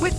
With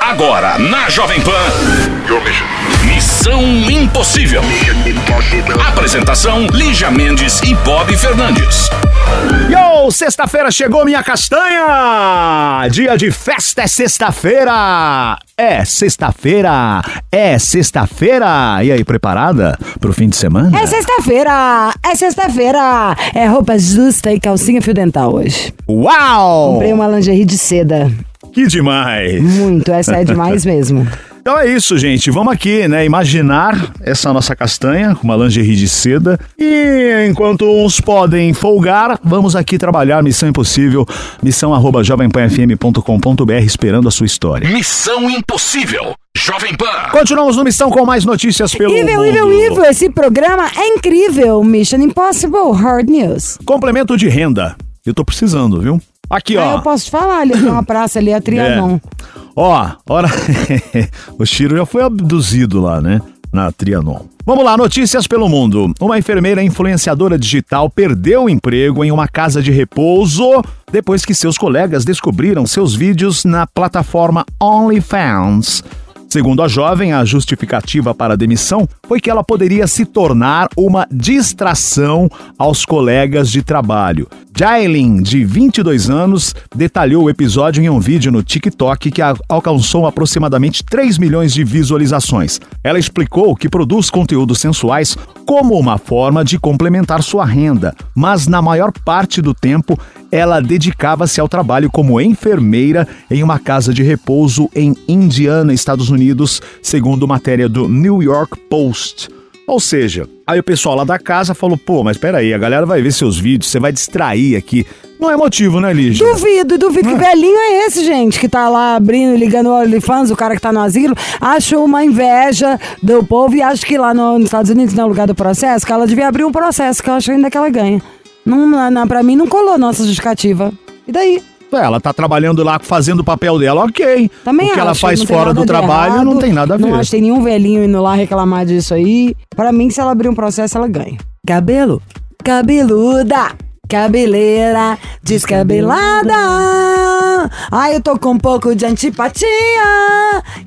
Agora na Jovem Pan. Missão Impossível. Apresentação: Lígia Mendes e Bob Fernandes. Yo, sexta-feira chegou minha castanha! Dia de festa é sexta-feira! É sexta-feira! É sexta-feira! E aí, preparada pro fim de semana? É sexta-feira! É sexta-feira! É roupa justa e calcinha fio dental hoje. Uau! Comprei uma lingerie de seda. Que demais! Muito, essa é demais mesmo. Então é isso, gente. Vamos aqui, né? Imaginar essa nossa castanha com uma lingerie de seda. E enquanto uns podem folgar, vamos aqui trabalhar Missão Impossível. Missão arroba jovempanfm.com.br esperando a sua história. Missão Impossível. Jovem Pan. Continuamos no Missão com mais notícias pelo Evil, mundo. evil, evil! Esse programa é incrível! Mission Impossible Hard News. Complemento de renda. Eu tô precisando, viu? Aqui, Aí ó. É. eu posso te falar, ali tem uma praça ali, a Trianon. Ó, hora. o Chiro já foi abduzido lá, né? Na Trianon. Vamos lá, notícias pelo mundo. Uma enfermeira influenciadora digital perdeu o emprego em uma casa de repouso depois que seus colegas descobriram seus vídeos na plataforma OnlyFans. Segundo a jovem, a justificativa para a demissão foi que ela poderia se tornar uma distração aos colegas de trabalho. Jailin, de 22 anos, detalhou o episódio em um vídeo no TikTok que a- alcançou aproximadamente 3 milhões de visualizações. Ela explicou que produz conteúdos sensuais como uma forma de complementar sua renda, mas na maior parte do tempo ela dedicava-se ao trabalho como enfermeira em uma casa de repouso em Indiana, Estados Unidos, segundo matéria do New York Post. Ou seja, aí o pessoal lá da casa falou: pô, mas peraí, a galera vai ver seus vídeos, você vai distrair aqui. Não é motivo, né, Lígia? Duvido, duvido. Que velhinho é esse, gente, que tá lá abrindo, ligando o OnlyFans, o cara que tá no asilo. Acho uma inveja do povo e acho que lá no- nos Estados Unidos não é o lugar do processo, que ela devia abrir um processo, que eu acho ainda que ela ganha. Não, na- na- pra mim não colou nossa justificativa. E daí? É, Ela tá trabalhando lá, fazendo o papel dela, ok. Também o que ela acho, faz não tem fora nada do de trabalho errado, não tem nada a ver. Não acho que tem nenhum velhinho indo lá reclamar disso aí. Pra mim, se ela abrir um processo, ela ganha. Cabelo? Cabeluda! Cabeleira descabelada! Ai, eu tô com um pouco de antipatia!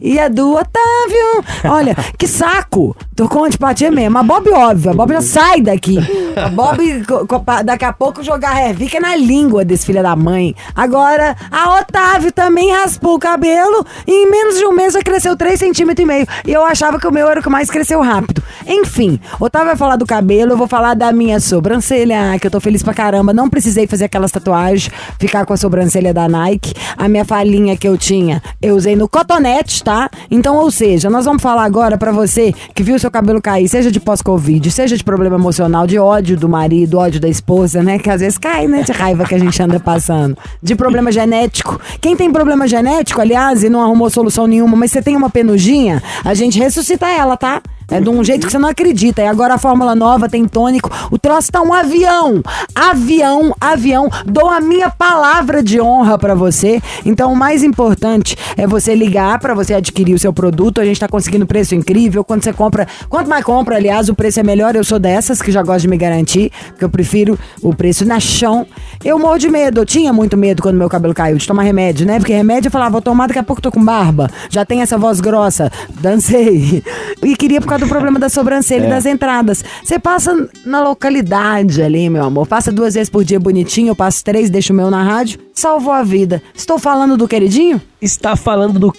E é do Otávio! Olha, que saco! Tô com antipatia mesmo. A Bob, óbvio, a Bob já sai daqui. A Bob, co- co- pa- daqui a pouco, jogar revica na língua desse filho da mãe. Agora, a Otávio também raspou o cabelo e em menos de um mês já cresceu 3,5 centímetros. E meio. E eu achava que o meu era o que mais cresceu rápido. Enfim, Otávio vai falar do cabelo, eu vou falar da minha sobrancelha, que eu tô feliz pra caramba. Não precisei fazer aquelas tatuagens, ficar com a sobrancelha da Nike. A minha falinha que eu tinha, eu usei no cotonete, tá? Então, ou seja, nós vamos falar agora pra você que viu seu cabelo cair, seja de pós-Covid, seja de problema emocional, de ódio do marido, ódio da esposa, né? Que às vezes cai, né? De raiva que a gente anda passando. De problema genético. Quem tem problema genético, aliás, e não arrumou solução nenhuma, mas você tem uma penuginha, a gente ressuscita ela, tá? É de um jeito que você não acredita. E agora a fórmula nova tem tônico. O troço tá um avião. Avião, avião. Dou a minha palavra de honra pra você. Então o mais importante é você ligar pra você adquirir o seu produto. A gente tá conseguindo preço incrível. Quando você compra, quanto mais compra, aliás, o preço é melhor. Eu sou dessas que já gosto de me garantir, porque eu prefiro o preço na chão. Eu morro de medo. Eu tinha muito medo quando meu cabelo caiu de tomar remédio, né? Porque remédio eu falava, vou tomar, daqui a pouco tô com barba. Já tem essa voz grossa. Dancei. E queria por causa do problema da sobrancelha e das entradas. Você passa na localidade ali, meu amor. Passa duas vezes por dia bonitinho, eu passo três, deixo o meu na rádio. Salvou a vida. Estou falando do queridinho? Está falando do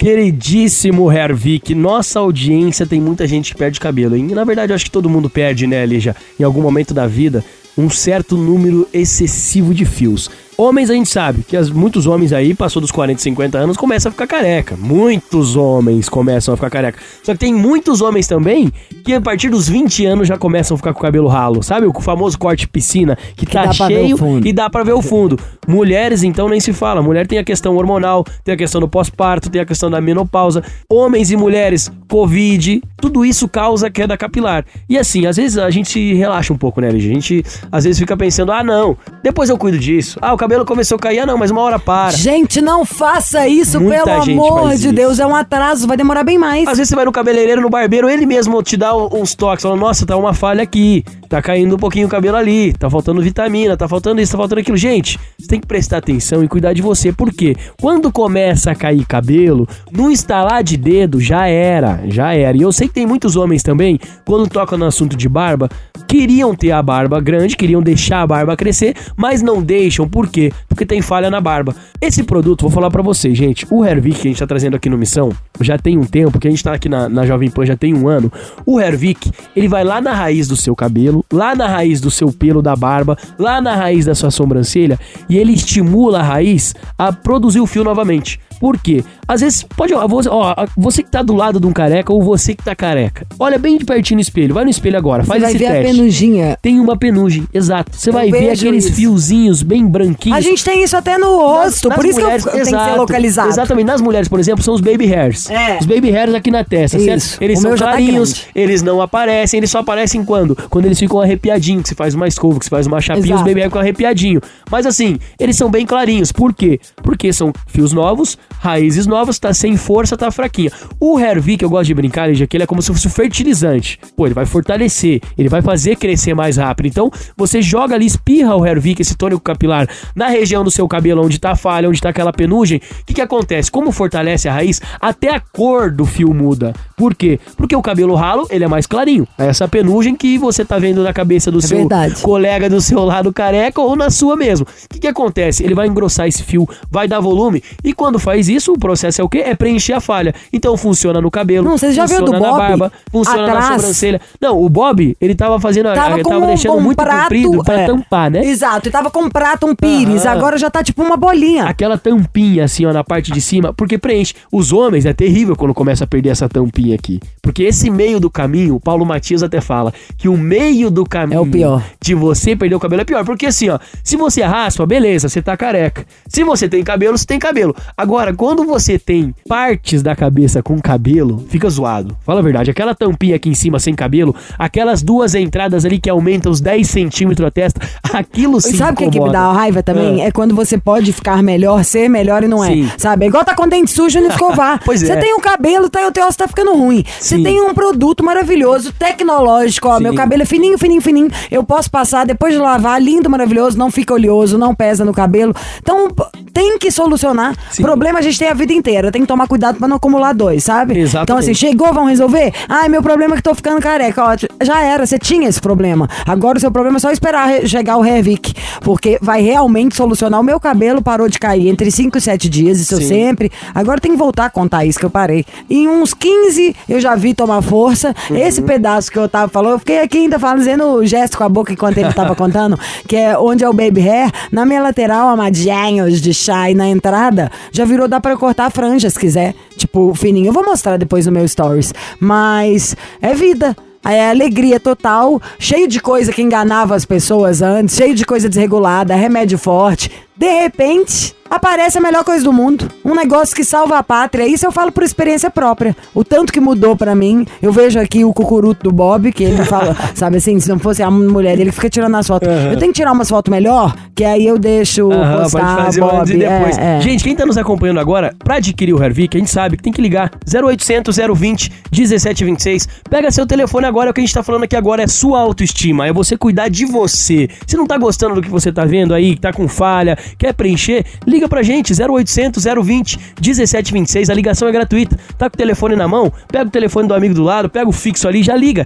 queridíssimo Hervik. Nossa audiência tem muita gente que perde cabelo. E na verdade, eu acho que todo mundo perde, né, Lígia? Em algum momento da vida, um certo número excessivo de fios. Homens a gente sabe que as- muitos homens aí, passou dos 40, 50 anos, começam a ficar careca. Muitos homens começam a ficar careca. Só que tem muitos homens também que a partir dos 20 anos já começam a ficar com o cabelo ralo. Sabe o famoso corte piscina que, tá dá pra ver o cheio fundo. e dá pra ver o fundo. Mulheres então nem se fala. Mulher tem a questão hormonal, tem a questão do pós-parto, tem a questão da menopausa. Homens e mulheres, covid, tudo isso causa queda capilar. E assim, às vezes a gente se relaxa um pouco, né, LG? A gente às vezes fica pensando: "Ah, não, depois eu cuido disso. Ah, o cabelo começou a cair, ah, não, mas uma hora para". Gente, não faça isso, Muita pelo gente amor faz de isso. Deus. É um atraso, vai demorar bem mais. Às vezes você vai no cabeleireiro, no barbeiro, ele mesmo te dá um, uns toques, falando, nossa, tá uma falha aqui, tá caindo um pouquinho o cabelo ali, tá faltando vitamina, tá faltando isso, tá faltando aquilo. Gente, você tem que prestar atenção e cuidar de você, porque quando começa a cair cabelo, no instalar de dedo, já era, já era. E eu sei que tem muitos homens também, quando tocam no assunto de barba, queriam ter a barba grande, queriam deixar a barba crescer, mas não deixam, por quê? Porque tem falha na barba. Esse produto, vou falar pra vocês, gente, o Hervic que a gente tá trazendo aqui no Missão, já tem um tempo, que a gente tá aqui na, na Jovem Pan já tem um ano, o Hervic, ele vai lá na raiz do seu cabelo, lá na raiz do seu pelo da barba, lá na raiz da sua sobrancelha, e ele estimula a raiz a produzir o fio novamente. Por quê? Às vezes, pode, ó, você, ó, você que tá do lado de um careca ou você que tá careca, olha bem de pertinho no espelho, vai no espelho agora, Você faz vai esse ver a teste penugem. tem uma penugem, exato. Você vai ver vejo aqueles isso. fiozinhos bem branquinhos. A gente tem isso até no Nas- rosto, nas por isso mulheres- que eu- eu tenho que ser exato. localizado. Exatamente. Nas mulheres, por exemplo, são os baby hairs. É. Os baby hairs aqui na testa, certo? Isso. Eles O são meu já tá clarinhos, grande. eles não aparecem, eles só aparecem quando? Quando eles ficam arrepiadinhos, que você faz uma escova, que você faz uma chapinha, Exato. os baby hairs ficam arrepiadinhos. Mas assim, eles são bem clarinhos. Por quê? Porque são fios novos, raízes novas, tá sem força, tá fraquinha. O Hervi, que eu gosto de brincar, ele, que ele é como se fosse um fertilizante. Pô, ele vai fortalecer, ele vai fazer crescer mais rápido. Então, você joga ali, espirra o Hervic, esse tônico capilar, na região do seu cabelo, onde tá a falha, onde tá aquela penugem. O que que acontece? Como fortalece a raiz, até a cor do fio muda. Por quê? Porque o cabelo ralo, ele é mais clarinho. É essa penugem que você tá vendo na cabeça do seu verdade. colega do seu lado careca ou na sua mesmo. O que, que acontece? Ele vai engrossar esse fio, vai dar volume, e quando faz isso, o processo é o quê? É preencher a falha. Então funciona no cabelo, Não, você já viu funciona do na Bob? barba, funciona na Atrás. sobrancelha. Não, o Bob, ele tava fazendo, a- Tava ele com tava um, deixando um muito prato, comprido pra é. tampar, né? Exato, e tava com um prato, um pires, Aham. agora já tá tipo uma bolinha. Aquela tampinha assim, ó, na parte de cima, porque preenche. Os homens é terrível quando começa a perder essa tampinha aqui. Porque esse meio do caminho, o Paulo Matias até fala que o meio do caminho É o pior. de você perder o cabelo é pior. Porque assim, ó, se você raspa, beleza, você tá careca. Se você tem cabelo, você tem cabelo. Agora, quando você tem partes da cabeça com cabelo, fica zoado. Fala a verdade, aquela tampinha aqui em cima sem cabelo, aquelas duas entradas ali que aumentam os 10 centímetros a testa, aquilo sim E sabe o que, que me incomoda. dá raiva também? Ah. É. quando você pode ficar melhor, ser melhor e não é. Sim. Sabe? É igual tá com dente sujo e não escovar. Pois é. Você tem um cabelo, tá, o teu osso tá ficando ruim. Você Sim. tem um produto maravilhoso, tecnológico, ó. Sim. Meu cabelo é fininho, fininho, fininho. Eu posso passar depois de lavar, lindo, maravilhoso, não fica oleoso, não pesa no cabelo. Então p- tem que solucionar. Sim. Problema a gente tem a vida inteira. Tem que tomar cuidado pra não acumular dois, sabe? Exatamente. Então, assim, Chegou, vão resolver? Ai, meu problema é que tô ficando careca. Ó, já era, você tinha esse problema. Agora o seu problema é só esperar re- chegar o Revic. Porque vai realmente solucionar. O meu cabelo parou de cair entre 5 e 7 dias, isso eu Sim. sempre. Agora tem que voltar a contar isso que eu parei. Em uns 15 eu já vi tomar força. Uhum. Esse pedaço que eu tava falando, eu fiquei aqui ainda fazendo o gesto com a boca enquanto ele tava contando, que é onde é o baby hair. Na minha lateral, amadinhos de chá e na entrada, já virou, dá pra cortar a franja se quiser. Tipo, fininho. Eu vou mostrar depois no meu stories. Mas é vida. É alegria total, cheio de coisa que enganava as pessoas antes, cheio de coisa desregulada, remédio forte. De repente, aparece a melhor coisa do mundo. Um negócio que salva a pátria. Isso eu falo por experiência própria. O tanto que mudou pra mim. Eu vejo aqui o cucuruto do Bob, que ele fala, sabe assim, se não fosse a mulher dele que fica tirando as fotos. Eu tenho que tirar umas fotos melhor, que aí eu deixo Aham, postar pode fazer Bob. antes e depois. É, é. Gente, quem tá nos acompanhando agora, pra adquirir o Hervik, a gente sabe que tem que ligar 0800 020 1726. Pega seu telefone agora, é o que a gente tá falando aqui agora é sua autoestima, é você cuidar de você. Se não tá gostando do que você tá vendo aí, que tá com falha, quer preencher, liga pra gente 0800 020 1726. A ligação é gratuita. Tá com o telefone na mão? Pega o telefone do amigo do lado, pega o fixo ali, já liga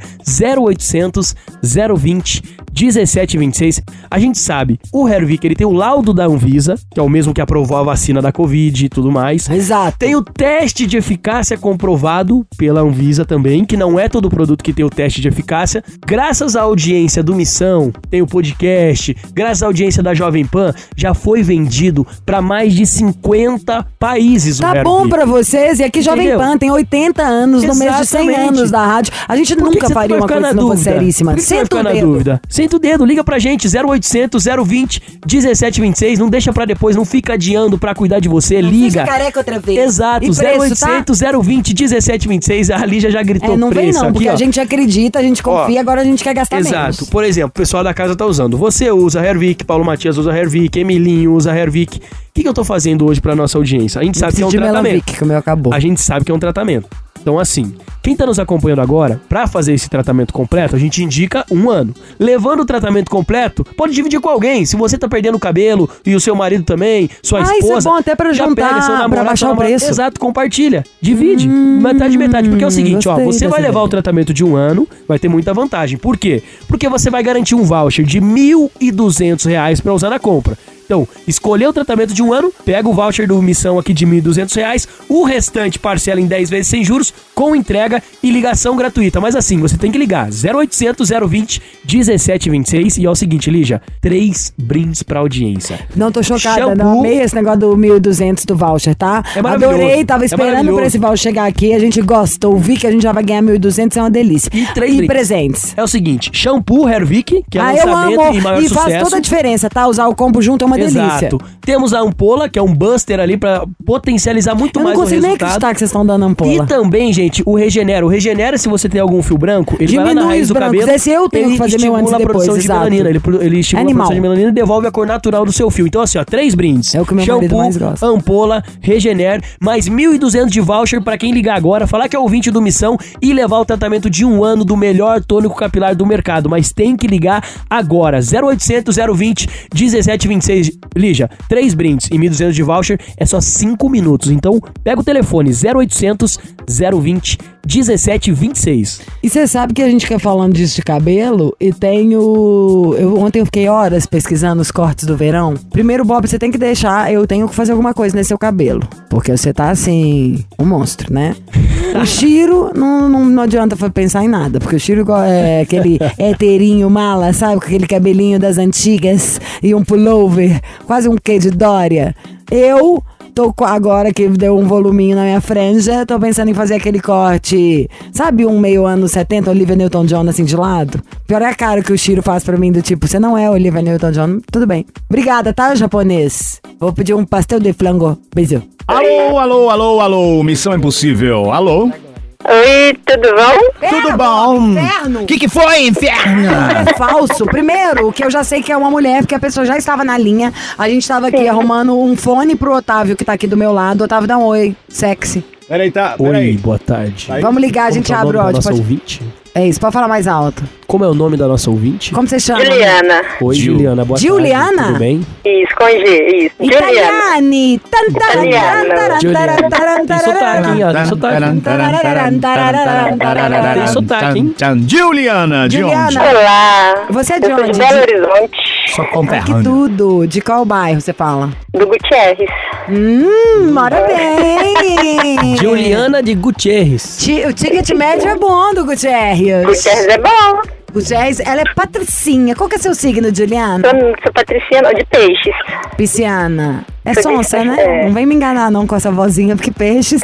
0800 020 1726. A gente sabe, o Hervik, ele tem o laudo da Anvisa, que é o mesmo que aprovou a vacina da Covid e tudo mais. Exato. Tem o teste de eficácia comprovado pela Anvisa também, que não é todo produto que tem o teste de eficácia. Graças à audiência do Missão, tem o podcast, graças à audiência da Jovem Pan, já foi vendido para mais de 50 países o Tá Hervik. bom pra vocês. E aqui Jovem Entendeu? Pan tem 80 anos no mês de 100 Exatamente. anos da rádio. A gente Por que nunca que você faria vai uma ficar coisa na que não fosse dúvida? seríssima. Por que você vai Senta o ficar na dedo. dúvida. Senta o dedo, liga pra gente, 0800 020 1726. Não deixa pra depois, não fica adiando pra cuidar de você, liga. fica careca outra vez. Exato, E preço, 0800 020 1726. A Lígia já gritou É, não vem um preço não, aqui, porque ó. a gente acredita, a gente confia, Ó. agora a gente quer gastar menos. Exato. Por exemplo, o pessoal da casa tá usando. Você usa Hervik, Paulo Matias usa Hervik, Emilinho usa Hervik. O que, que eu tô fazendo hoje pra nossa audiência? A gente sabe que é um Preciso de tratamento. Melavic, que o meu acabou. A gente sabe que é um tratamento. Então, assim, quem tá nos acompanhando agora, pra fazer esse tratamento completo, a gente indica um ano. Levando o tratamento completo, pode dividir com alguém. Se você tá perdendo o cabelo e o seu marido também, sua Ah, isso é esposa. bom até pra já juntar, pega seu pra namorado, baixar sua o namorada. preço. Hum, Exato, compartilha. Divide. metade, metade. Porque é o seguinte, ó, gostei você vai dessa levar ideia. o tratamento de um ano, vai ter muita vantagem. Por quê? Porque você vai garantir um voucher de R$ 1.200 reais pra usar na compra. Então, escolher o tratamento de um ano, pega o voucher do Missão aqui de R$ 1.200, reais, o restante parcela em 10 vezes sem juros, com entrega e ligação gratuita. Mas assim, você tem que ligar 0800 020 1726 e é o seguinte, Lígia, três brindes pra audiência. Não tô chocada, não. Shampoo. Amei esse negócio do 1.200 do voucher, tá? É maravilhoso. Adorei, tava É esperando maravilhoso. pra esse voucher chegar aqui. A gente gosta, ouvi que a gente já vai ganhar 1.200, é uma delícia. E três e brindes. presentes. É o seguinte, shampoo Hervik, que é ah, eu lançamento amo! e maior e sucesso. faz toda a diferença, tá? Usar o combo junto é uma delícia. Exato. Temos a ampola, que é um buster ali pra potencializar muito Eu não mais o consigo nem resultado. acreditar que vocês estão dando ampola. E também, gente, o regenera. O regenera, se você tem algum fio branco, ele vai lá na Diminui raiz os do brancos. cabelo. Esse eu tenho ele que fazer meu estimula antes e a produção depois, de exato. melanina. Ele, pro- ele estimula Animal. a produção de melanina e devolve a cor natural do seu fio. Então, assim, ó, três brindes. É o que meu Shampoo, marido mais gosta. ampola, regenera, mais 1.200 de voucher pra quem ligar agora, falar que é ouvinte do Missão e levar o tratamento de um ano do melhor tônico capilar do mercado. Mas tem que ligar agora. 0800 020 1726. Lígia, três brindes e 1.200 de voucher é só cinco minutos. Então, pega o telefone 0800 020 1726. E você sabe que a gente fica falando disso de cabelo e tem o. Eu, ontem eu fiquei horas pesquisando os cortes do verão. Primeiro, Bob, você tem que deixar. Eu tenho que fazer alguma coisa nesse seu cabelo. Porque você tá assim. Um monstro, né? O Chiro não, não, não adianta fa- pensar em nada. Porque o Chiro igual- é aquele heterinho mala, sabe? Com aquele cabelinho das antigas e um pullover. Quase um quê de Dória. Eu. Tô co- agora que deu um voluminho na minha franja, tô pensando em fazer aquele corte. Sabe um meio ano 70, Olivia Newton-John assim de lado? Pior é a cara que o Shiro faz pra mim do tipo, você não é Olivia Newton-John, tudo bem. Obrigada, tá, japonês? Vou pedir um pastel de flango. Beijo. Alô, alô, alô, alô, Missão Impossível. Alô? Oi, tudo bom? Tudo bom? inferno. que, que foi, inferno? É falso. Primeiro, que eu já sei que é uma mulher, porque a pessoa já estava na linha. A gente tava aqui arrumando um fone pro Otávio, que tá aqui do meu lado. Otávio, dá um oi. Sexy. Peraí, tá, Oi, peraí. boa tarde. Vamos ligar, a gente Como é o abre o nome áudio. da nossa pode- ouvinte? É isso, pode falar mais alto. Como é o nome da nossa ouvinte? Como você chama? Juliana. Oi, Gil. Juliana. Boa Juliana? tarde. Tudo bem? Isso, com G, isso. Juliana. Italiani! Tan, taran, Italiano. taran, taran, Juliana. taran, Tem sotaque, ó. Tá, Tem sotaque. Tem sotaque, hein? tá, Juliana, de onde? Juliana. Olá. Você é de Eu sou onde? de Belo Horizonte, Só Que tudo! De qual bairro você fala? do Gutierrez. Hum, mora bem! Juliana de Gutierrez. Ti- O ticket médio é bom do Gutierrez. Gutierrez é bom. Gutierrez, ela é patricinha. Qual que é seu signo, Juliana? Sou, sou patriciana de peixes. Pisciana. É Foi sonsa, bem- né? é. Não vem me enganar não com essa vozinha, porque peixes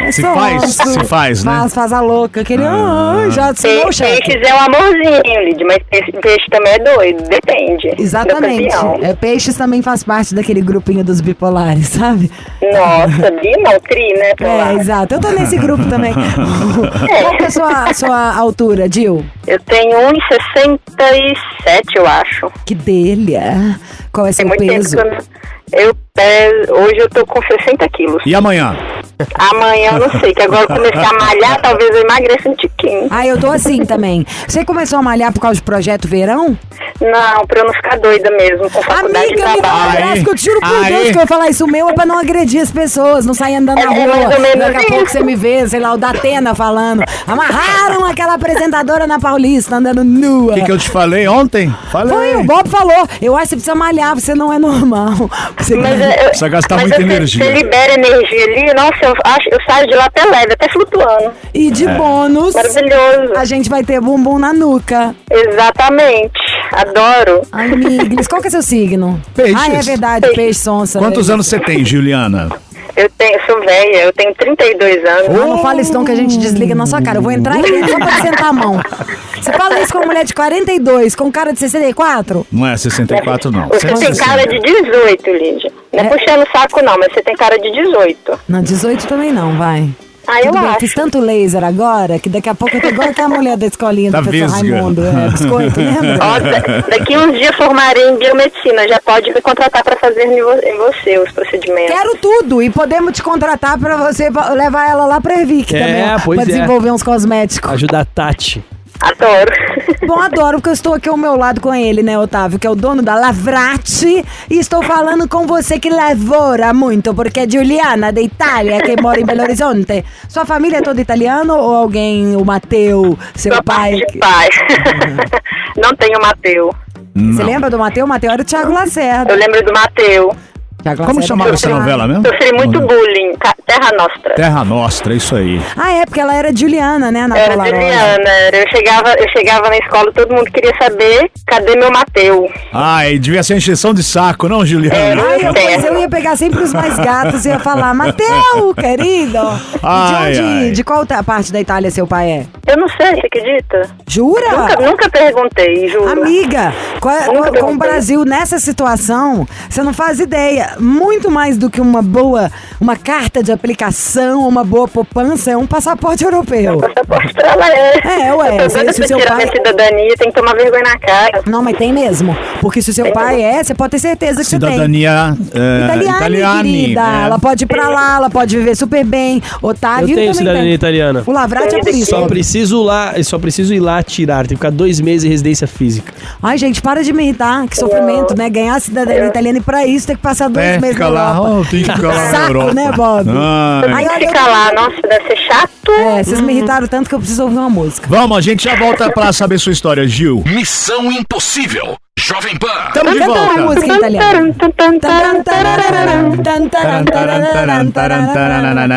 é Se sonso. faz, se faz, né? Faz, faz a louca. Aquele, ah, já assinou o Pe cheque. peixes é um amorzinho, Lid, mas peixe, peixe também é doido. Depende. da Exatamente. ocasião. É, peixes também faz parte daquele grupinho dos bipolares, sabe? Nossa, bi não, tri, né? Tô lá. É, exato. Eu tô nesse grupo também. Qual que é a sua, a sua altura, Dil? Eu tenho 1,67, eu acho. Que delha. Qual é Tem seu muito peso? tempo que eu não... Eu peso... Hoje eu tô com 60 quilos. E amanhã? Amanhã eu não sei, que agora eu comecei a malhar, talvez eu emagreça um tiquinho. Ah, eu tô assim também. Você começou a malhar por causa do projeto verão? Não, pra eu não ficar doida mesmo com Amiga, faculdade de me dá um trabalho. abraço, que eu juro por Aí. Deus que eu vou falar isso. O meu é pra não agredir as pessoas, não sair andando na É, é mais rua. ou menos Daqui a isso. pouco você me vê, sei lá, o Datena falando. Amarraram aquela apresentadora na Paulista, andando nua. O que, que eu te falei ontem? Falei. Foi, o Bob falou. Eu acho que você precisa malhar, você não é normal. Você- Mas é- eu- Precisa gastar mas muita você- energia. Você libera energia ali, nossa, eu, acho, eu saio de lá até leve, até flutuando. E de É. bônus, Maravilhoso. a gente vai ter bumbum na nuca. Exatamente. Adoro. Ai, Miglis, qual que é seu signo? Peixes. Ah, é verdade, peixe, sonsa. né? Quantos anos você tem, Juliana? Eu tenho, eu sou velha, eu tenho 32 anos. Ah, não fala isso não que a gente desliga na sua cara. Eu vou entrar aí dentro só pra sentar a mão. Você fala isso com uma mulher de 42, com um cara de 64? Não é 64, não. Você tem 160. cara de 18, Lídia. Não é, É. puxando o saco, não, mas você tem cara de 18. Não, 18 também não, vai. Ah, eu Tudo bem, acho. fiz tanto laser agora que daqui a pouco eu tô igual aquela mulher da escolinha Tá do professor vesga. Raimundo. É, biscoito, Ó, lembra? da- daqui uns dias formarei em biomedicina. Já pode me contratar pra fazer em vo- em você os procedimentos. Quero tudo e podemos te contratar pra você pa- levar ela lá pra Evic É, também. pois pra é. desenvolver uns cosméticos. Ajuda a Tati. Adoro. Bom, adoro porque eu estou aqui ao meu lado com ele, né, Otávio, que é o dono da Lavrati. E estou falando com você que lavora muito, porque é Juliana, da Itália, que mora em Belo Horizonte. Sua família é toda italiana ou alguém, o Mateu, seu Sua é pai? parte que- de pai. Não tenho Mateu. Você lembra do Mateu? O Mateu era o Thiago Lacerda. Eu lembro do Mateu. Thiago Como Lacerda chamava era essa Thiago. novela né? mesmo? Sofri muito Não, bullying. Ca- Terra Nostra. Terra Nostra, isso aí. Ah, é, porque ela era Juliana, né, na Era Polaroid. Juliana. Eu chegava, eu chegava na escola, todo mundo queria saber cadê meu Mateu. É, Ai, devia ser encheção de saco, não, Juliana? Ai, Ah, eu, pois Certo. eu ia pegar sempre os mais gatos e ia falar, Mateu, querido! Ai, de onde, ai. de qual outra parte da Itália seu pai é? Eu não sei, você acredita? Jura? Nunca, nunca perguntei, juro. Ah. Amiga, com, a- Nunca com- com o perguntei. Brasil nessa situação, você não faz ideia. Muito mais do que uma boa, uma carta de aplicação, uma boa poupança, é um passaporte europeu. Passaporte pra ela é. É, ué, Eu tô se- doida se pra seu tirar pai- minha cidadania, tem que tomar vergonha na cara. Não, mas tem mesmo. Porque se o seu pai é, você pode ter certeza que Cidadania você tem. eh, Italiane, italiane, querida. é. Ela pode ir pra lá, ela pode viver super bem. Otávio Eu tenho também cidadania tem. italiana. O Lavrati é por isso. Só preciso lá, só preciso ir lá tirar. Tem que ficar dois meses em residência física. Ai, gente, para de me irritar. Que sofrimento, né? Ganhar a cidadania italiana e pra isso tem que passar dois É, meses fica na lá, Europa. oh, tem que ficar lá na Saco, Europa. Ah, né, Bob? Ai. Ai, olha, eu- Fica lá, nossa, deve ser chato. É, vocês me irritaram tanto que eu preciso ouvir uma música. Vamos, a gente já volta pra saber sua história, Gil. Missão Impossível, Jovem Pan. Tamo de Canta uma volta. música em italiano.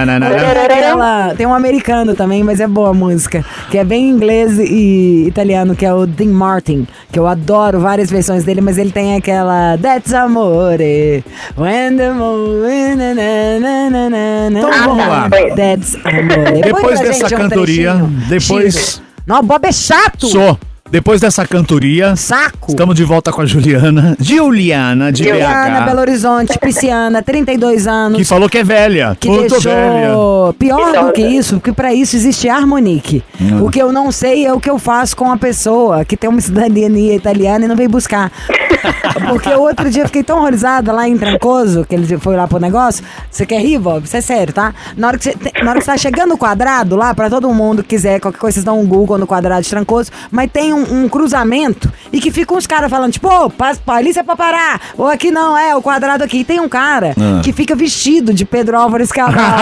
Aquela- Tem um americano também, mas é boa a música. Que é bem inglês e italiano, que é o Dean Martin. Que eu adoro várias versões dele, mas ele tem aquela That's Amore. When the moon. na, na, na, na, na, na. Então vamos Ah, lá. tá. That's Amore. Põe Depois pra dessa gente um cantoria, trechinho. depois- Chico. Não, o Bob é chato. Sou. Depois dessa cantoria, Saco. estamos de volta com a Juliana. Juliana, de Juliana, BH. Belo Horizonte, pisciana, 32 anos. Que falou que é velha. que Muito deixou velha. pior do Idosa. que isso, porque pra isso existe harmonique. O que eu não sei é o que eu faço com a pessoa que tem uma cidadania italiana e não veio buscar. porque o outro dia eu fiquei tão horrorizada lá em Trancoso, que ele foi lá pro negócio. Você quer rir, Bob? Isso é sério, tá? Na hora que você, te- na hora que você tá chegando no quadrado lá, pra todo mundo que quiser, qualquer coisa, vocês dão um Google no quadrado de Trancoso, mas tem um, um cruzamento e que ficam os caras falando, tipo, ô, pa- pa- ali você é pra parar, ou aqui não, é, o quadrado aqui. E tem um cara que fica vestido de Pedro Álvares Cabral.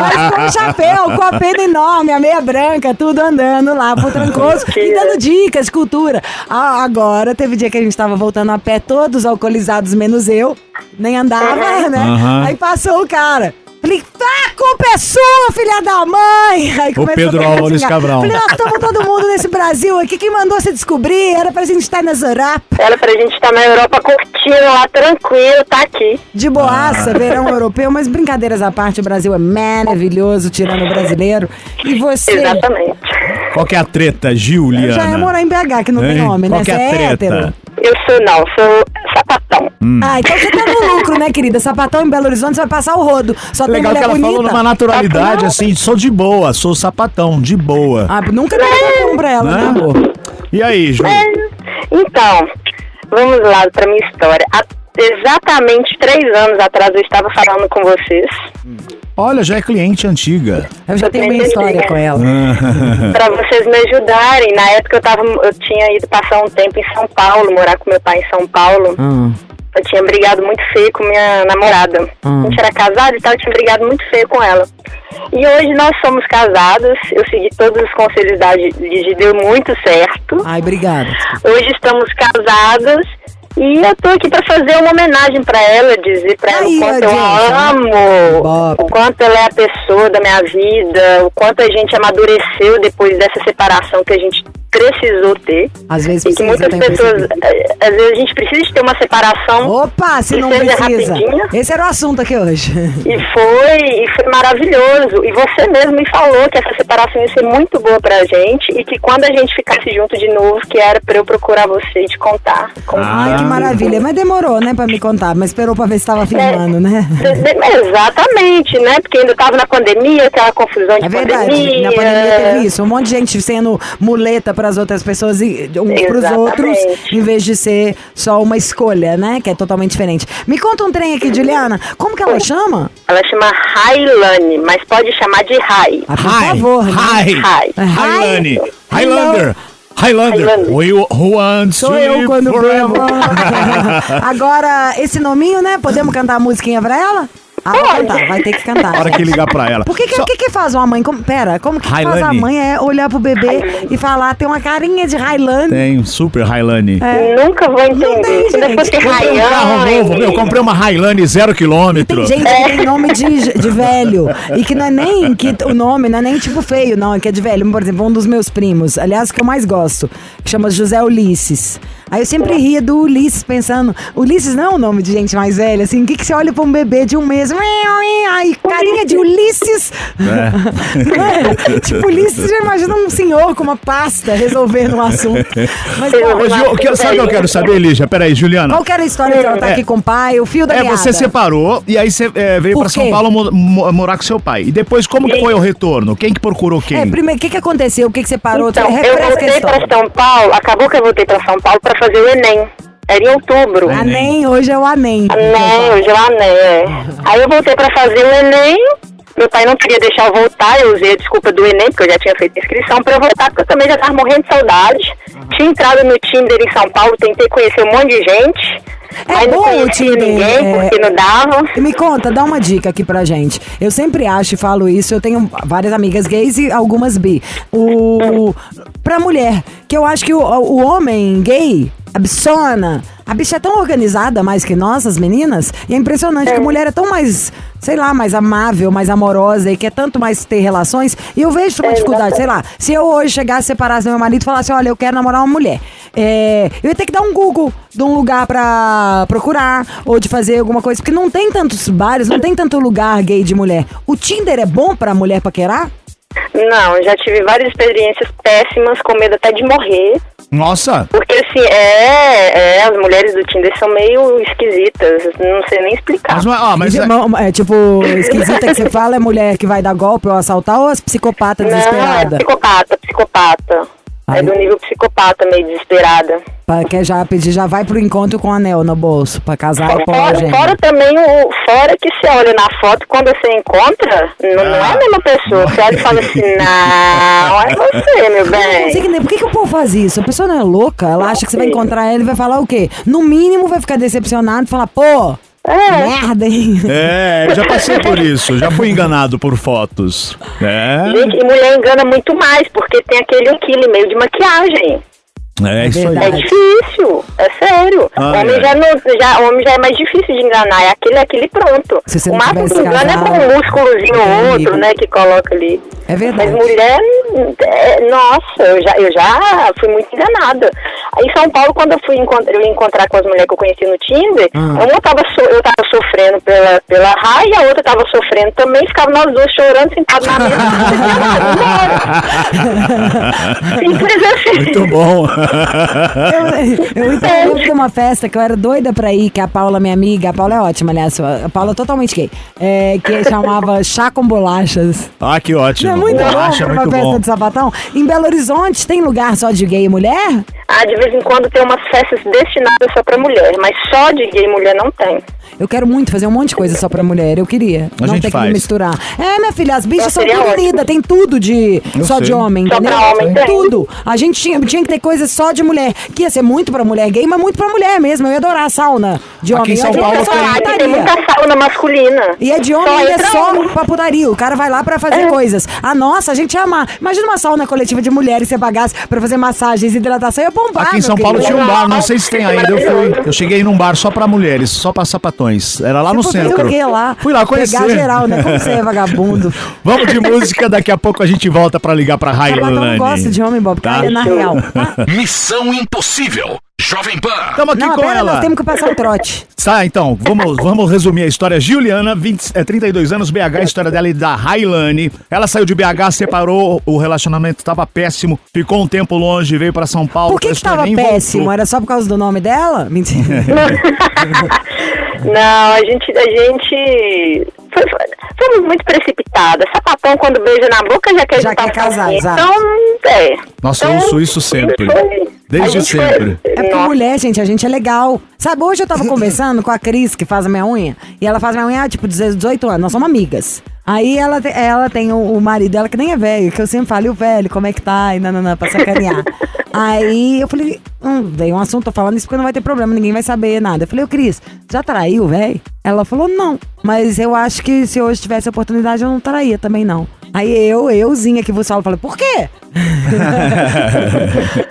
Mas com o chapéu, com a pena enorme, a meia branca, tudo andando lá pro Trancoso e dando dicas de cultura. Ah, agora, teve dia que a gente tava voltando a pé, todos alcoolizados, menos eu. Nem andava, né? Aham. Aí passou o cara. Falei, tá, a culpa é sua, filha da mãe! Aí começou Pedro a pegar Álvares xingar. Cabral. Falei, nós estamos todo mundo nesse Brasil aqui. Quem mandou você descobrir? Era pra gente estar na Zorapa, Era pra gente estar na Europa curtindo lá, tranquilo, tá aqui. de boaça, Ah. verão europeu. Mas brincadeiras à parte, o Brasil é maravilhoso, tirando o brasileiro. E você... Exatamente. Qual que é a treta, Juliana? Já é morar em BH, que não tem Hein? homem, Qual né? que Você é a é treta? hétero. Eu sou, não, sou sapatão. Ah, então você tá no lucro, né, querida? Sapatão em Belo Horizonte, você vai passar o rodo. Só tem Legal que mulher ela bonita. Tá falou numa naturalidade, assim, sou de boa, sou sapatão, de boa. Ah, nunca deu sapatão pra ela, Né? né, amor? E aí, Ju? É. É. Então, vamos lá pra minha história. Há exatamente três anos atrás eu estava falando com vocês Olha, já é cliente antiga. Eu já Eu tenho uma também história tenho. com ela. Hum. Pra vocês me ajudarem, na época eu tava, eu tinha ido passar um tempo em São Paulo, morar com meu pai em São Paulo. Hum. Eu tinha brigado muito feio com minha namorada. A gente era casado e tal, eu tinha brigado muito feio com ela. E hoje nós somos casados, eu segui todos os conselhos da Gigi, deu muito certo. Ai, obrigada. Hoje estamos casados e eu tô aqui pra fazer uma homenagem pra ela, dizer pra ela Aí, o quanto ó, eu gente, né? a ó. amo, o quanto ela é a pessoa da minha vida, o quanto a gente amadureceu depois dessa separação que a gente precisou ter. Às vezes E que precisa, muitas tem pessoas, percebido. eh, às vezes a gente precisa de ter uma separação. Opa, se que não seja precisa. rapidinha. Esse era o assunto aqui hoje. E foi, e foi maravilhoso. E você mesmo me falou que essa separação ia ser muito boa pra gente e que quando a gente ficasse junto de novo, que era pra eu procurar você e te contar. Como Ai, que maravilha. Mas demorou, né, pra me contar. Mas esperou pra ver se É. tava filmando, né? De- de- Exatamente, né? Porque ainda tava na pandemia, aquela confusão de É verdade. pandemia. Na pandemia é. teve isso. Um monte de gente sendo muleta pras outras pessoas e uns pros Exatamente. outros, em vez de ser só uma escolha, né? Que é totalmente diferente. Me conta um trem aqui, Juliana. Como que ela chama? Ela chama Railane, mas pode chamar de Rai. Ah, por Hi, favor. né? hi, Hi. Highlane, Hi. Highlander, Highlander, Highlander. we who wants Sou eu quando forever. bebo. Agora, esse nominho, né? Podemos cantar a musiquinha pra ela? Ah, vou Pode. cantar, vai ter que cantar. Para que ligar pra ela. Por que que, Só- que que faz uma mãe? Como, pera, como que, que faz a Railane. mãe é olhar pro bebê e falar, tem uma carinha de Highlander? Tem, um super Highlane. É. Nunca vou entender. tem, Se não gente. fosse Comprei um carro novo, meu, Raiane. comprei uma Highlane zero quilômetro. Gente, que tem nome de, de velho. E que não é nem que o nome, não é nem tipo feio, não. É que é de velho. Por exemplo, um dos meus primos, aliás, que eu mais gosto, que chama José Ulisses. Aí eu sempre ria do Ulisses pensando, Ulisses não é um nome de gente mais velha, assim, o que, que você olha pra um bebê de um mês? Ai, carinha de Ulisses! Não é? Tipo, Ulisses já imagina um senhor com uma pasta resolvendo um assunto. Mas, bom, Ô, Ju, o que- sabe o que eu quero saber, Lígia? Peraí, Juliana. qual que era a história que ela tá É. aqui com o pai, o fio da É, meada? você separou e aí você é, veio Por pra São quê? Paulo mo- mo- morar com seu pai. E depois, como que foi o retorno? Quem que procurou quem? É, primeiro, o que, que aconteceu? O que, que você parou? Então, eu Refresca a voltei história. pra São Paulo, acabou que eu voltei pra São Paulo pra fazer o Enem. Era em outubro. Enem. Anem, hoje é o Anem. Não, hoje eu amei, é. Aí eu voltei pra fazer o Enem. Meu pai não queria deixar eu voltar, eu usei a desculpa do Enem, porque eu já tinha feito inscrição pra eu voltar, porque eu também já tava morrendo de saudade. Uhum. Tinha entrado no Tinder em São Paulo, tentei conhecer um monte de gente. É aí não bom o conhecia Tinder, ninguém, é. porque não dava. E me conta, dá uma dica aqui pra gente. Eu sempre acho e falo isso, eu tenho várias amigas gays e algumas bi. O, pra mulher, que eu acho que o, o homem gay, a bichona, a bicha é tão organizada mais que nós, as meninas, e é impressionante que a mulher é tão mais, sei lá, mais amável, mais amorosa e quer tanto mais ter relações. E eu vejo É, uma dificuldade, sei lá, se eu hoje chegasse, separasse meu marido e falasse, olha, eu quero namorar uma mulher. É, eu ia ter que dar um Google de um lugar pra procurar ou de fazer alguma coisa, porque não tem tantos bares, não tem tanto lugar gay de mulher. O Tinder é bom pra mulher paquerar? Não, já tive várias experiências péssimas, com medo até de morrer. Nossa, Porque assim, é, é, as mulheres do Tinder são meio esquisitas, não sei nem explicar. mas, ó, mas Isso é bom, é, tipo, esquisita que você fala é mulher que vai dar golpe ou assaltar ou as psicopata Não, é desesperada? psicopata, psicopata. Ai. É do nível psicopata, meio desesperada. Pra quer já pedir, já vai pro encontro com anel no bolso, pra casar e pôr a Fora, agenda. fora também o. Fora que você olha na foto quando você encontra, não, não é a mesma pessoa. Você olha e fala assim, não, é você, meu Eu não sei bem. é que nem- por que, que o povo faz isso? A pessoa não é louca, ela acha que você vai encontrar ela e vai falar o quê? No mínimo vai ficar decepcionado e falar, pô, merda, hein? É, eu já passei por isso, já fui enganado por fotos. É, Gente, e mulher engana muito mais, porque tem aquele um quilo e meio de maquiagem. é isso É aí. Verdade. difícil, é sério. Ah, homem, é. Já não, já, homem já é mais difícil de enganar, é aquele, aquele pronto. Se você o não máximo que tivesse engana é com casado, um músculozinho é ou amigo. outro, né, que coloca ali. É verdade. Mas mulher, é, nossa, eu já, eu já fui muito enganada. Aí Em São Paulo, quando eu fui encontrar, eu ia encontrar com as mulheres que eu conheci no Tinder, Ah. uma tava, so- eu tava sofrendo pela, pela raiva e a outra tava sofrendo também, ficava nós duas chorando, sentados na mesa. Simples assim. Muito bom. Eu, eu então, eu lembro de uma festa que eu era doida pra ir, que a Paula, minha amiga, a Paula é ótima, aliás, a Paula é totalmente gay, é, que chamava Chá com Bolachas. Ah, que ótimo. é muito Bolacha, bom pra uma muito festa bom. de sapatão. Em Belo Horizonte tem lugar só de gay e mulher? Ah, de vez em quando tem umas festas destinadas só pra mulher, mas só de gay mulher não tem. Eu quero muito fazer um monte de coisa só pra mulher. Eu queria. A não gente ter que faz. me misturar. É, minha filha, as bichas Nossa, são seria tudo ótimo. unidas. Tem tudo de Eu só sei. de homem, Só entendeu? pra homem tem. tudo. A gente tinha, tinha que ter coisa só de mulher. Que ia ser muito pra mulher gay, mas muito pra mulher mesmo. Eu ia adorar a sauna de Aqui homem. em São Eu ia Paulo só tem- pra Tem putaria. muita sauna masculina. E é de homem e é entra um. É. só homem. pra putaria. O cara vai lá pra fazer coisas. A nossa, a gente ia amar. Imagina uma sauna coletiva de mulheres, você bagasse pra fazer massagens, hidratação. Eu ia bombar, Aqui em meu São Paulo querido. tinha um bar, não sei se tem ainda. Eu fui. Maravilhoso. Eu cheguei num bar só pra mulheres, só pra sapatões. Era lá no Você foi- centro. Eu fiquei lá. Fui lá conhecer. Pegar geral, né? Como você é vagabundo. Vamos de música, daqui a pouco a gente volta pra ligar pra Sabatão Railane. não gosta de homem, tá? Bob. Cara, é na real. Missão Impossível. Jovem Pan. Estamos aqui Não, com pera, ela. nós temos que passar o trote. Tá, então, vamos, vamos resumir a história. Juliana, 20, é, 32 anos, BH, a história dela é da Railane. Ela saiu de BH, separou, o relacionamento estava péssimo, ficou um tempo longe, veio para São Paulo. Por que que prestou, tava nem voltou. péssimo? Era só por causa do nome dela? Mentira. Não, a gente, a gente foi- foi- fomos muito precipitadas. Sapatão quando beija na boca já quer Já juntar quer um casar, casinho. exato. Então, é. Nossa, então, eu uso isso sempre. foi- Desde É. a gente foi- sempre. É porque Nossa, mulher, gente, a gente é legal. Sabe, hoje eu tava conversando com a Cris, que faz a minha unha, e ela faz minha unha há, tipo, 18 anos, nós somos amigas. Aí ela, te- ela tem o, o marido dela, que nem é velho, que eu sempre falo, e o velho, como é que tá? E nananã, pra sacanear. Aí eu falei, hum, veio um assunto, tô falando isso porque não vai ter problema, ninguém vai saber nada. Eu falei, ô Cris, já traiu, velho? Ela falou, não. Mas eu acho que se hoje tivesse a oportunidade, eu não traía também, não. Aí eu, euzinha que vos falo, falei, por quê?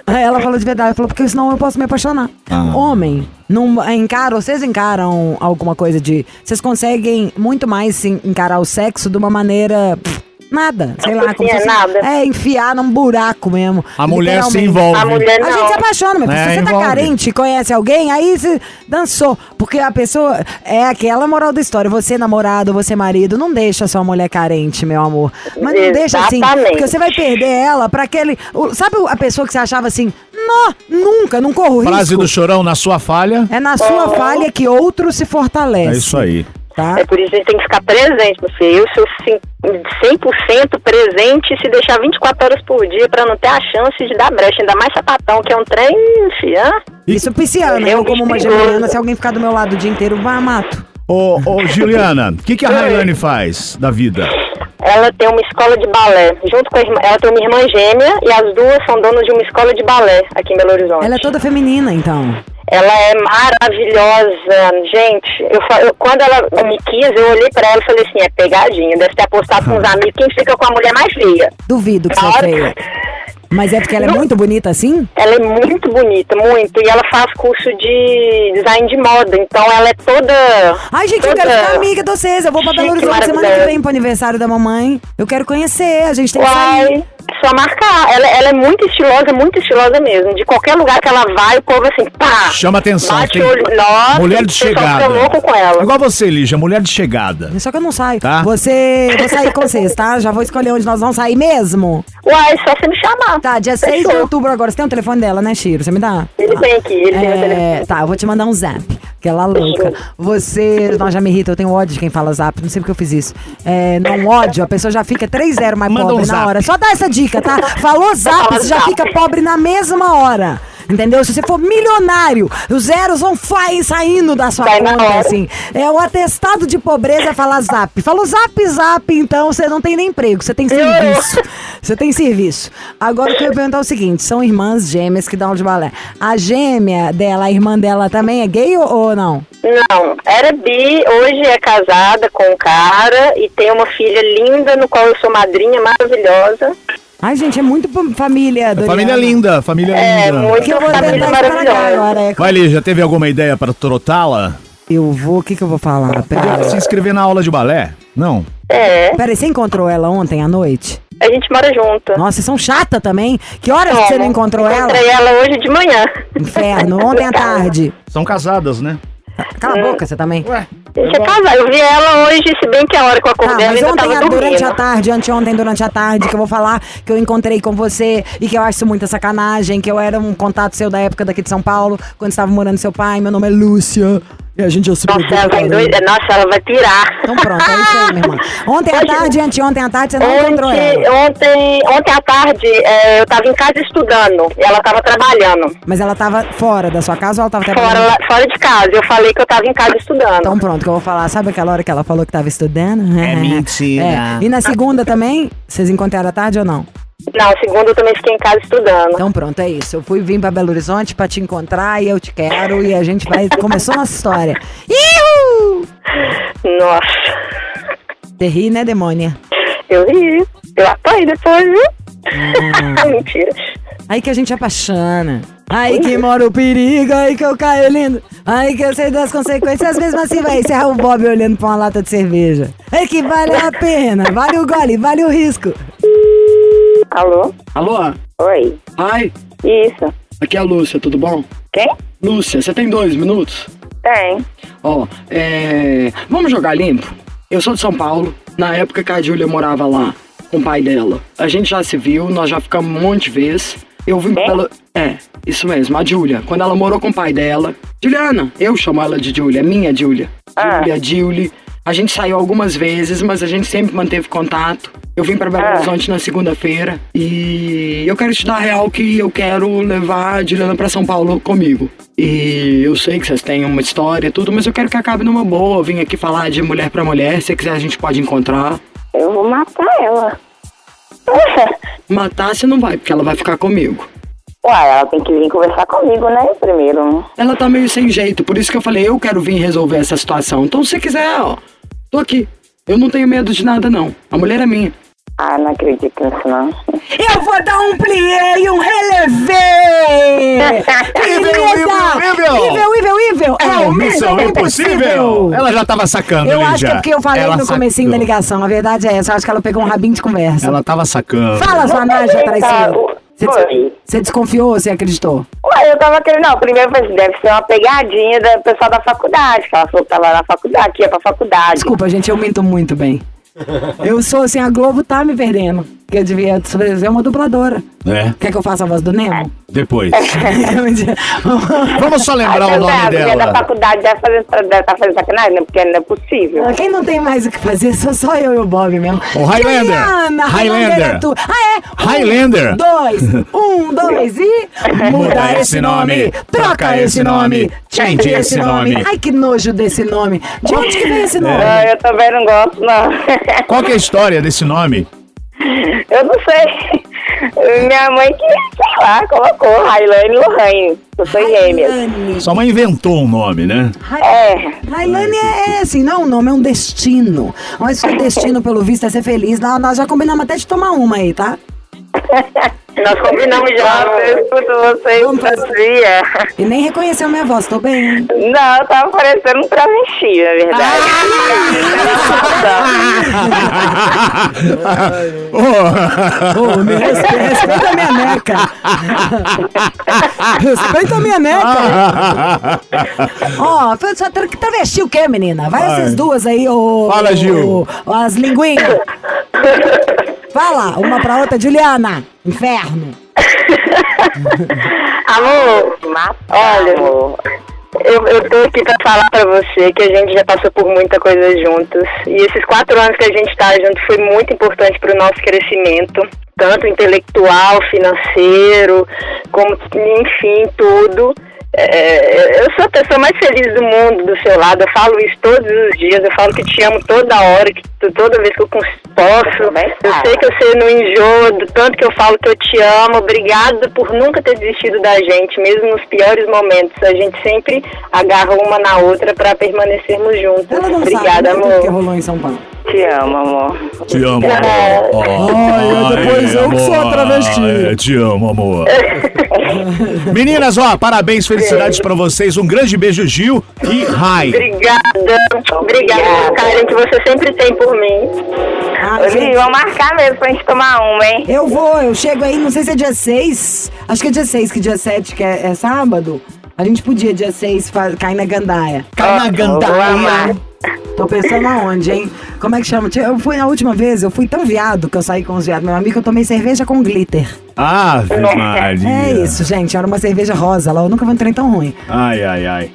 Aí ela falou de verdade, falou, porque senão eu posso me apaixonar. Ah. Homem, não encara, vocês encaram alguma coisa de. Vocês conseguem muito mais sim, encarar o sexo de uma maneira. pff, Nada, sei lá, como se Assim, é fosse- nada. É, enfiar num buraco mesmo. A mulher se literalmente. envolve. A mulher não. A gente se apaixona, meu filho. É, Se você tá envolve. carente e conhece alguém, aí você dançou. Porque a pessoa. É aquela moral da história. Você, é namorado, você, marido, não deixa sua mulher carente, meu amor. Mas não deixa assim. Exatamente. Porque você vai perder ela pra aquele. o- Sabe a pessoa que você achava assim? Não, nunca, não é corro um risco. Frase do chorão na sua falha. É na sua falha que outro se fortalece. É isso aí. Tá? É por isso que a gente tem que ficar presente, você. Eu sou cin- 100% presente se deixar 24 horas por dia pra não ter a chance de dar brecha. Ainda mais sapatão, que é um trem, fiã. Isso pisciana. É Eu, um como uma perigo. geminiana, se alguém ficar do meu lado o dia inteiro, vai mato. Ô, ô Juliana, o que, que a Railane faz da vida? Ela tem uma escola de balé. Junto com a irmã, ela tem uma irmã gêmea e as duas são donas de uma escola de balé aqui em Belo Horizonte. Ela é toda feminina, então. Ela é maravilhosa, gente. Eu, fa- eu- quando ela me quis, eu olhei pra ela e falei assim: é pegadinha, deve ter apostado com os amigos quem fica com a mulher mais feia. Duvido que Na você é hora- feia. Mas é porque ela é muito bonita assim? Ela é muito bonita, muito. E ela faz curso de design de moda, então ela é toda. Ai, gente, eu quero toda- ficar amiga de vocês. Eu vou pra Belo Chique, Horizonte semana que maravilhosa. vem pro aniversário da mamãe. Eu quero conhecer, a gente tem que sair. Uai, só marcar. Ela, ela é muito estilosa, muito estilosa mesmo. De qualquer lugar que ela vai, o povo assim, pá. Chama atenção. Bate tem- olho, nossa, mulher de o pessoal chegada. fica louco com ela. Igual você, Lígia, mulher de chegada. Só que eu não saio. Tá. Você. Vou sair com vocês, tá? Já vou escolher onde nós vamos sair mesmo. Uai, só você me chamar. Tá, dia 6 de Fechou. outubro agora. Você tem o telefone dela, né, Chiro? Você me dá? Ele Tá. tem aqui, ele tem o É, telefone. tá, eu vou te mandar um zap. Que ela é louca. Você. Não, já me irrita, eu tenho ódio de quem fala zap. Não sei porque eu fiz isso. É, não ódio, a pessoa já fica 3-0 mais Manda pobre um na zap. hora. Só dá essa dica, tá? Falou zap, você já fica pobre na mesma hora. Entendeu? Se você for milionário, os zeros vão fa- saindo da sua Sai na conta, hora. assim. É o atestado de pobreza é falar zap. Falou zap, zap, então você não tem nem emprego, você tem serviço. Você tem serviço. Agora o que eu ia perguntar é o seguinte: são irmãs gêmeas que dão aula de balé. A gêmea dela, a irmã dela também é gay ou, ou não? Não, era bi, hoje é casada com um cara e tem uma filha linda no qual eu sou madrinha maravilhosa. Ai, gente, é muito p- família do Família é linda, família É, linda. muito Que eu vou família tentar estragar maravilhosa. agora. é. Vai, Lígia, teve alguma ideia para trotá-la? Eu vou, o que, que eu vou falar? Podia Peraí. se inscrever na aula de balé? Não. É, Peraí, você encontrou ela ontem à noite? a gente mora junto. Nossa, vocês são chata também. Que horas que você não Como? encontrou ela? É, Encontrei ela hoje de manhã. Inferno, ontem à tarde. São casadas, né? Cala a boca, você também. Ué. Deixa eu casar. é Eu vi ela hoje, se bem que a hora que eu Tá, acordei, mas ela ontem, ainda tava a- durante dormindo. a tarde, anteontem, durante a tarde, que eu vou falar que eu encontrei com você e que eu acho isso muita sacanagem, que eu era um contato seu da época daqui de São Paulo, quando você estava morando com seu pai, meu nome é Lúcia. E a gente já se Nossa, ela vai doida. Nossa, ela vai pirar. Então pronto, é isso aí, minha irmã. Ontem à Hoje- tarde, anteontem à tarde, você não encontrou Ontem, ela. ontem, ontem à tarde, é, eu tava em casa estudando. E ela tava trabalhando. Mas ela tava fora da sua casa ou ela tava Fora, trabalhando? lá- fora de casa. Eu falei que eu tava em casa estudando. Então pronto, que eu vou falar. Sabe aquela hora que ela falou que tava estudando? É mentira. É. E na segunda também, vocês encontraram à tarde ou não? Não, segundo eu também fiquei em casa estudando. Então pronto, é isso. Eu fui vim pra Belo Horizonte pra te encontrar e eu te quero e a gente vai. Começou nossa história. Ihu! Então Nossa. Você ri, né, demônia? Eu ri. Eu apanhei depois, Ah. viu? Mentira. Aí que a gente apaixona. Aí que mora o perigo, aí que eu caio lindo. Aí que eu sei das consequências, mesmo assim vai encerrar o Bob olhando pra uma lata de cerveja. É que vale a pena, vale o gole, vale o risco. Alô? Alô? Oi. Ai, Isso. aqui é a Lúcia, tudo bom? Quem? Lúcia, você tem dois minutos? Tem. Ó, é. Vamos jogar limpo? Eu sou de São Paulo. Na época que a Júlia morava lá com o pai dela. A gente já se viu, nós já ficamos um monte de vezes. Eu vim pra ela. É, isso mesmo, a Júlia. Quando ela morou com o pai dela. Juliana, eu chamo ela de Júlia, é minha Júlia. Ah. Júlia, Julie. A gente saiu algumas vezes, mas a gente sempre manteve contato. Eu vim pra Belo Ah. Horizonte na segunda-feira e eu quero te dar a real que eu quero levar a Juliana pra São Paulo comigo. E eu sei que vocês têm uma história e tudo, mas eu quero que acabe numa boa. Eu vim aqui falar de mulher pra mulher, se quiser a gente pode encontrar. Eu vou matar ela. Matar você não vai, porque ela vai ficar comigo. Uai, ela tem que vir conversar comigo, né? Primeiro. Ela tá meio sem jeito, por isso que eu falei, eu quero vir resolver essa situação. Então se quiser, ó, tô aqui. Eu não tenho medo de nada, não. A mulher é minha. Ah, não acredito nisso, não. Eu vou dar um plié e um relevé! É, Ivel, Ivel, Ivel, Ivel, Ivel! Tá. É o Missão Impossível! Ela já tava sacando, Eu Lídia. acho que é porque eu falei Ela no comecinho da sacou. ligação. A verdade é essa. Eu acho que ela pegou um rabinho de conversa. Ela tava sacando. Fala, sua naja traiçoeira. Oi. Você des- Você desconfiou ou você acreditou? Uai, eu tava querendo. Não, primeiro eu falei, deve ser uma pegadinha do pessoal da faculdade, que ela falou que tava na faculdade, que ia pra faculdade. Desculpa, gente, eu minto muito bem. Eu sou assim, a Globo tá me perdendo. Que eu devia ser uma dubladora. É, Quer que eu faça a voz do Nemo? depois. Vamos só Ah, lembrar o então tá, nome a mulher da dela. faculdade deve fazer, deve tá fazendo sacanagem, né? Porque não é possível. Quem não tem mais o que fazer sou só eu e o Bob mesmo. O Highlander. Juliana, Highlander. é tu. Ah, é? Highlander. Um, dois, um, dois e. Muda esse nome, troca esse nome, change esse nome. Ai, que nojo desse nome. De onde que vem esse nome? Ah, eu também não gosto, não. Qual que é a história desse nome? eu não sei. Minha mãe que, sei lá, colocou Railane e Lohane. Eu sou gêmea. Railane. Sua mãe inventou um nome, né? É. Railane é, é assim, não é um nome, é um destino. Mas seu destino, pelo visto, é ser feliz. Nós, nós já combinamos até de tomar uma aí, tá? Nós combinamos já, eu escuto vocês assim, é. Vamos fazer- todo dia. E nem reconheceu minha voz, tô bem. hein? Não, eu tava parecendo um travesti, na verdade. Oh, Ô, me respe- respeita a minha neca. respeita a minha neca. Ó, foi só tra- travesti o quê, menina? Vai essas duas aí, ô. Fala, Gil. ô, as linguinhas. Fala, uma pra outra, Juliana. Inferno. Amor, olha, amor, eu, eu tô aqui pra falar pra você que a gente já passou por muita coisa juntos. E esses quatro anos que a gente tá junto foi muito importante pro nosso crescimento. Tanto intelectual, financeiro, como, enfim, tudo. É, eu sou a pessoa mais feliz do mundo do seu lado. Eu falo isso todos os dias. Eu falo que te amo toda hora, que tu- toda vez que eu cons- posso. Eu sei que você não enjoa do tanto que eu falo que eu te amo. Obrigada por nunca ter desistido da gente, mesmo nos piores momentos. A gente sempre agarra uma na outra pra permanecermos juntos. Ela não Obrigada, sabe né, tudo que amor. rolou em São Paulo. Te amo, amor. Te amo, amor. Ai, É, depois eu que sou a travesti. te amo, amor. Meninas, ó, parabéns, felicidades pra vocês. Um grande beijo, Gil e Rai. Obrigada. Obrigada pelo carinho que você sempre tem por mim. Ah, Ô, gente, Li, vamos marcar mesmo pra gente tomar uma, hein? Eu vou, eu chego aí, não sei se é dia 6. Acho que é dia 6, que dia 7 que é, é sábado. A gente podia, dia 6, fa- cair na gandaia. Cai na gandaia. Tô pensando aonde, hein? Como é que chama? Tinha- Eu fui na última vez, eu fui tão viado que eu saí com os viados. Meu amigo, eu tomei cerveja com glitter. Ave Maria. É isso, gente. Era uma cerveja rosa lá. Eu nunca vi um trem tão ruim. Ai, ai, ai.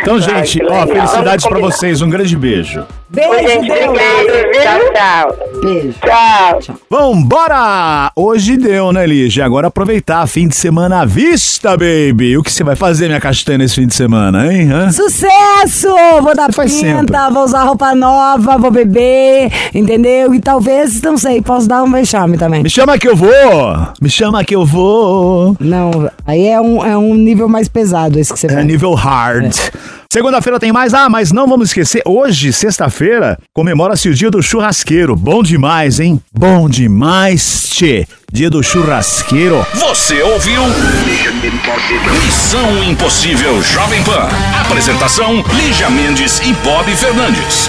Então, gente, que ó, legal. Vamos felicidades pra combinar. vocês. Um grande beijo. Beijo, gente, obrigado, viu? Tchau, tchau. Beijo. Tchau. Vambora! Hoje deu, né, Lígia? Agora aproveitar fim de semana à vista, baby! O que você vai fazer, minha castanha, esse fim de semana, hein? Hã? Sucesso! Vou dar Faz pinta, sempre. vou usar roupa nova, vou beber, entendeu? E talvez, não sei, posso dar um vexame também. Me chama que eu vou! Me chama que eu vou! Não, aí é um, é um nível mais pesado esse que você É vai. É. nível hard. Segunda-feira tem mais. Ah, mas não vamos esquecer. Hoje, sexta-feira, comemora-se o dia do churrasqueiro. Bom demais, hein? Bom demais, tchê. Dia do churrasqueiro. Você ouviu? Missão Impossível Jovem Pan. Apresentação: Lígia Mendes e Bob Fernandes.